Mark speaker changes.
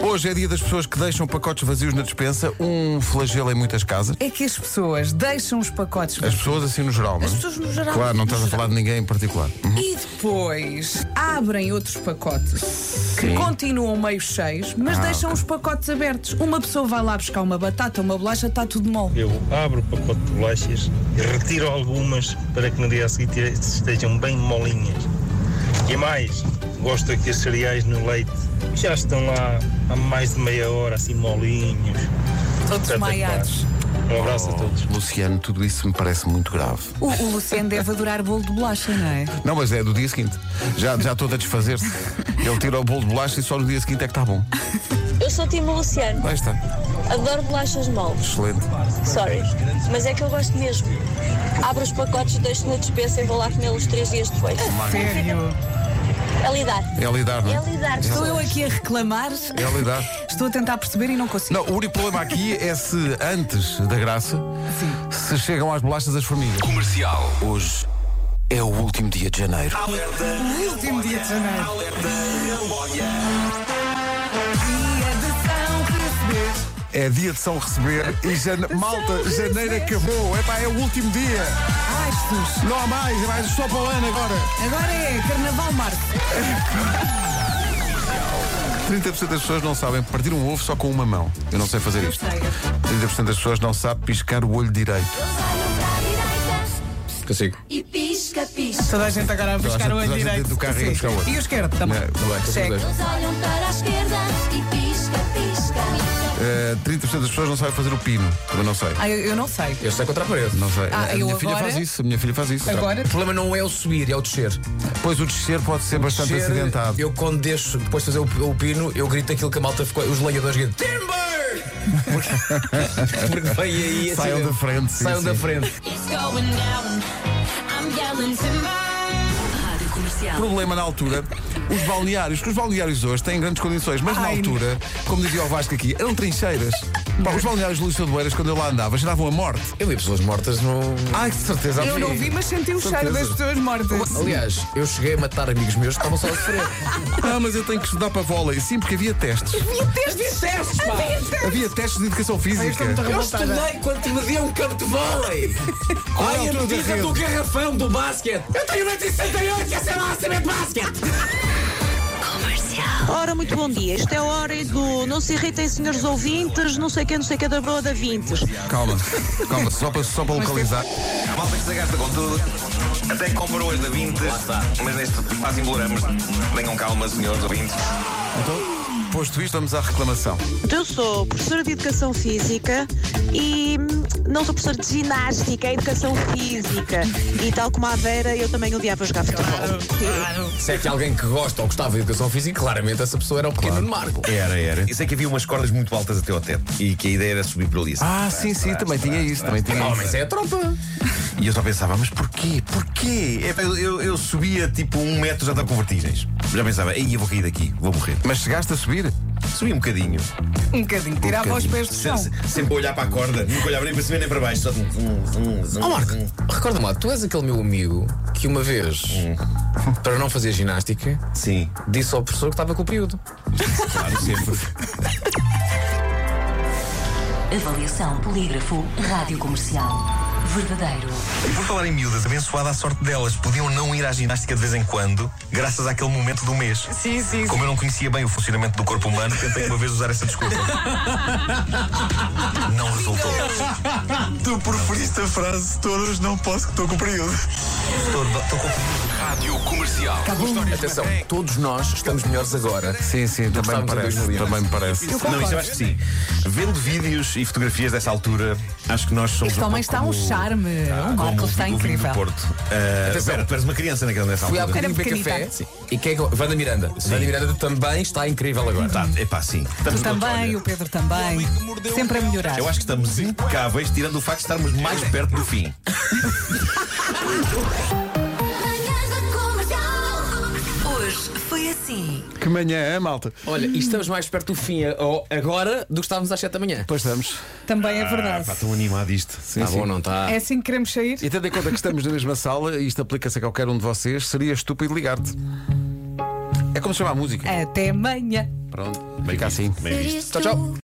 Speaker 1: Hoje é dia das pessoas que deixam pacotes vazios na despensa, um flagelo em muitas casas.
Speaker 2: É que as pessoas deixam os pacotes
Speaker 1: As pessoas assim no geral, não é?
Speaker 2: As pessoas no geral.
Speaker 1: Claro, não
Speaker 2: no
Speaker 1: estás a
Speaker 2: geral.
Speaker 1: falar de ninguém em particular. Uhum.
Speaker 2: E depois abrem outros pacotes que
Speaker 1: Sim. Ah,
Speaker 2: continuam meio cheios, mas deixam os pacotes abertos. Uma pessoa vai lá buscar uma batata, uma bolacha, está tudo mole.
Speaker 3: Eu abro o pacote de bolachas e retiro algumas para que no dia a seguir te- estejam bem molinhas. E mais, gosto é que os cereais no leite já estão lá há mais de meia hora, assim molinhos.
Speaker 1: é
Speaker 2: Todos
Speaker 3: Espetacular.
Speaker 2: maiados.
Speaker 3: Um abraço a todos.
Speaker 1: Luciano, tudo isso me parece muito grave.
Speaker 2: O, o Luciano deve adorar bolo de bolacha, não é?
Speaker 1: Não, mas é do dia seguinte. Já, já todo a desfazer-se. Ele tira o bolo de bolacha e só no dia seguinte é que está bom.
Speaker 4: Eu sou Timo Luciano,
Speaker 1: Lá está.
Speaker 4: adoro bolachas moles,
Speaker 1: Excelente.
Speaker 4: sorry. Mas é que eu gosto mesmo. Abro os pacotes, deixo na despensa e vou lá comê-los três dias depois.
Speaker 2: Sério.
Speaker 4: É lidar.
Speaker 1: É lidar, não
Speaker 4: É
Speaker 1: é?
Speaker 4: lidar.
Speaker 2: Estou eu aqui a reclamar,
Speaker 1: É lidar.
Speaker 2: estou a tentar perceber e não consigo.
Speaker 1: Não, o único problema aqui é se antes da graça
Speaker 2: Sim.
Speaker 1: se chegam às bolachas das formigas.
Speaker 5: Comercial. Hoje é o último dia de janeiro.
Speaker 2: O último dia de janeiro.
Speaker 1: É dia de São Receber e jane- malta, janeiro acabou. Epá, é o último dia.
Speaker 2: Ai, Jesus.
Speaker 1: Não há mais, é mais só para o ano agora.
Speaker 2: Agora é Carnaval Marco.
Speaker 1: 30% das pessoas não sabem partir um ovo só com uma mão. Eu não sei fazer isto. 30% das pessoas não sabem piscar o olho direito.
Speaker 6: Consigo.
Speaker 7: E pisca, pisca.
Speaker 2: Toda a gente agora a buscar o
Speaker 1: Toda a gente
Speaker 2: olho
Speaker 1: dentro
Speaker 2: direito.
Speaker 1: do carro e a
Speaker 2: Sim.
Speaker 1: buscar o outro.
Speaker 2: E o esquerdo também.
Speaker 6: Tá
Speaker 1: Não, não é, todos os
Speaker 2: Cheque.
Speaker 1: dois.
Speaker 7: Eles olham para a esquerda e pisca, pisca.
Speaker 1: Eh, 30% das pessoas não sabem fazer o pino. Também não sei.
Speaker 2: Ah, eu, eu não sei.
Speaker 6: Eu sei é contra a parede.
Speaker 1: Não sei.
Speaker 2: Ah,
Speaker 1: a
Speaker 2: eu
Speaker 1: minha filha
Speaker 2: agora-
Speaker 1: faz isso. A minha filha faz isso.
Speaker 2: Agora
Speaker 6: O problema não é o subir, é o descer.
Speaker 1: Pois o descer pode ser bastante
Speaker 6: Descer,
Speaker 1: acidentado.
Speaker 6: Eu quando deixo depois de fazer o, o pino, eu grito aquilo que a malta ficou. Os lenhadores gritam Timber! Porque- Porque vem aí a
Speaker 1: Saiam
Speaker 6: saber.
Speaker 1: da frente, sim,
Speaker 6: Saiam da
Speaker 1: sim.
Speaker 6: frente.
Speaker 7: It's going down. I'm yelling timber. Rádio Comercial.
Speaker 1: Problema na altura, os balneários, que os balneários hoje têm grandes condições, mas na
Speaker 2: Ai,
Speaker 1: altura, como dizia o Vasco aqui, eram trincheiras. Pá, os balneários de Luís de Oeiras, quando eu lá andava, já davam a morte.
Speaker 6: Eu vi pessoas mortas no.
Speaker 1: Ai, de certeza.
Speaker 2: Eu não vi, mas senti o cheiro das pessoas mortas.
Speaker 6: Aliás, eu cheguei a matar amigos meus que estavam só a sofrer.
Speaker 1: Ah, mas eu tenho que estudar para vôlei. Sim, porque havia testes.
Speaker 2: Desde excessos, pá.
Speaker 1: Havia testes de educação física.
Speaker 6: Eu estudei quanto me deu um campo de vôlei.
Speaker 1: Qual é a
Speaker 6: Olha a
Speaker 1: altura da
Speaker 6: medida
Speaker 1: rede?
Speaker 6: do garrafão do basquete. Eu tenho 1,68 e essa é lá a saber de basquete.
Speaker 8: Ora, muito bom dia. Isto é a hora do Não se irritem, senhores ouvintes, não sei quem, não sei quem da broa da Vintes.
Speaker 1: Calma, calma, só para, só para localizar.
Speaker 9: A malta que se gasta com tudo, até que comprou hoje da 20, mas neste quase embolamos. Tenham calma, senhores ouvintes.
Speaker 1: Então, posto isto, vamos à reclamação.
Speaker 8: Eu sou professora de Educação Física e hum, não sou professora de Ginástica, é Educação Física. E tal como a Vera, eu também odiava jogar futebol.
Speaker 6: Se é que alguém que gosta ou gostava de educação física, claramente essa pessoa era o pequeno Nuno Marco.
Speaker 9: Era, era. Eu sei que havia umas cordas muito altas até ao teto e que a ideia era subir por ali.
Speaker 1: Ah, sim, sim, também tinha isso, também tinha
Speaker 6: Homens, é a tropa.
Speaker 9: E eu só pensava, mas porquê? Porquê? É, Eu, eu, eu subia tipo um metro já da convertigens. Já pensava, aí eu vou cair daqui, vou morrer.
Speaker 1: Mas chegaste a subir?
Speaker 9: Subi um bocadinho.
Speaker 2: Um bocadinho. Tirava os pés do chão.
Speaker 9: Se- se- Sempre a olhar para a corda, nunca olhava nem para cima nem para baixo. Só um, zum, zum, zum, zum,
Speaker 6: Ó Marco,
Speaker 9: zum.
Speaker 6: recorda-me lá, tu és aquele meu amigo que uma vez, para não fazer ginástica,
Speaker 9: Sim,
Speaker 6: disse ao professor que estava com o período.
Speaker 9: claro, sempre.
Speaker 10: Avaliação Polígrafo Rádio Comercial. Verdadeiro.
Speaker 9: Por falar em miúdas, abençoada a sorte delas, podiam não ir à ginástica de vez em quando, graças àquele momento do mês.
Speaker 2: Sim, sim.
Speaker 9: Como eu não conhecia bem o funcionamento do corpo humano, tentei uma vez usar essa desculpa. Não resultou.
Speaker 5: Tu preferiste a frase todos não posso que estou com período.
Speaker 9: Estou, estou com
Speaker 5: Rádio Comercial.
Speaker 6: Atenção, todos nós estamos melhores agora.
Speaker 1: Sim, sim, também me
Speaker 6: estávamos em
Speaker 1: parece.
Speaker 6: 2011.
Speaker 1: Também me parece.
Speaker 9: não, um. isso eu acho que sim. Vendo vídeos e fotografias dessa altura, acho que nós somos.
Speaker 2: Este homem
Speaker 9: pouco
Speaker 2: está um
Speaker 9: como-
Speaker 2: charme. O
Speaker 9: Ah, como
Speaker 2: Marco
Speaker 9: o
Speaker 2: está
Speaker 9: vinho do
Speaker 2: incrível.
Speaker 9: Porto. Ah,
Speaker 6: Atenção.
Speaker 9: Vera, tu eras uma criança naquela nessa
Speaker 1: um
Speaker 6: Fui há
Speaker 9: altura.
Speaker 6: bocadinho
Speaker 2: Era
Speaker 6: beber
Speaker 2: pequenita.
Speaker 6: café e quem é que. Vanda Miranda. Vanda Miranda também está incrível agora.
Speaker 9: Tá, epá, sim. Estamos
Speaker 2: Tu também, o
Speaker 9: todos,
Speaker 2: Pedro também. Sempre a melhorar.
Speaker 9: olha, Eu acho que estamos impecáveis, tirando o facto de estarmos mais perto do fim.
Speaker 7: Manhãs da comercial.
Speaker 10: Hoje foi assim.
Speaker 1: Que manhã, é, malta?
Speaker 6: Olha, e estamos mais perto do fim a- ao- agora do que estávamos às 7 da manhã.
Speaker 1: Pois estamos. Tá
Speaker 2: Também é
Speaker 9: Ah,
Speaker 2: verdade.
Speaker 9: pá, tão animado isto. Sim,
Speaker 6: Está Tá bom, não está?
Speaker 2: É assim que queremos sair?
Speaker 1: E tendo em conta que estamos na mesma sala, e isto aplica-se a qualquer um de vocês, seria estúpido ligar-te. É como se chama a música.
Speaker 2: Até amanhã.
Speaker 1: Pronto, fica assim.
Speaker 9: Bem visto.
Speaker 1: É Tchau, tchau.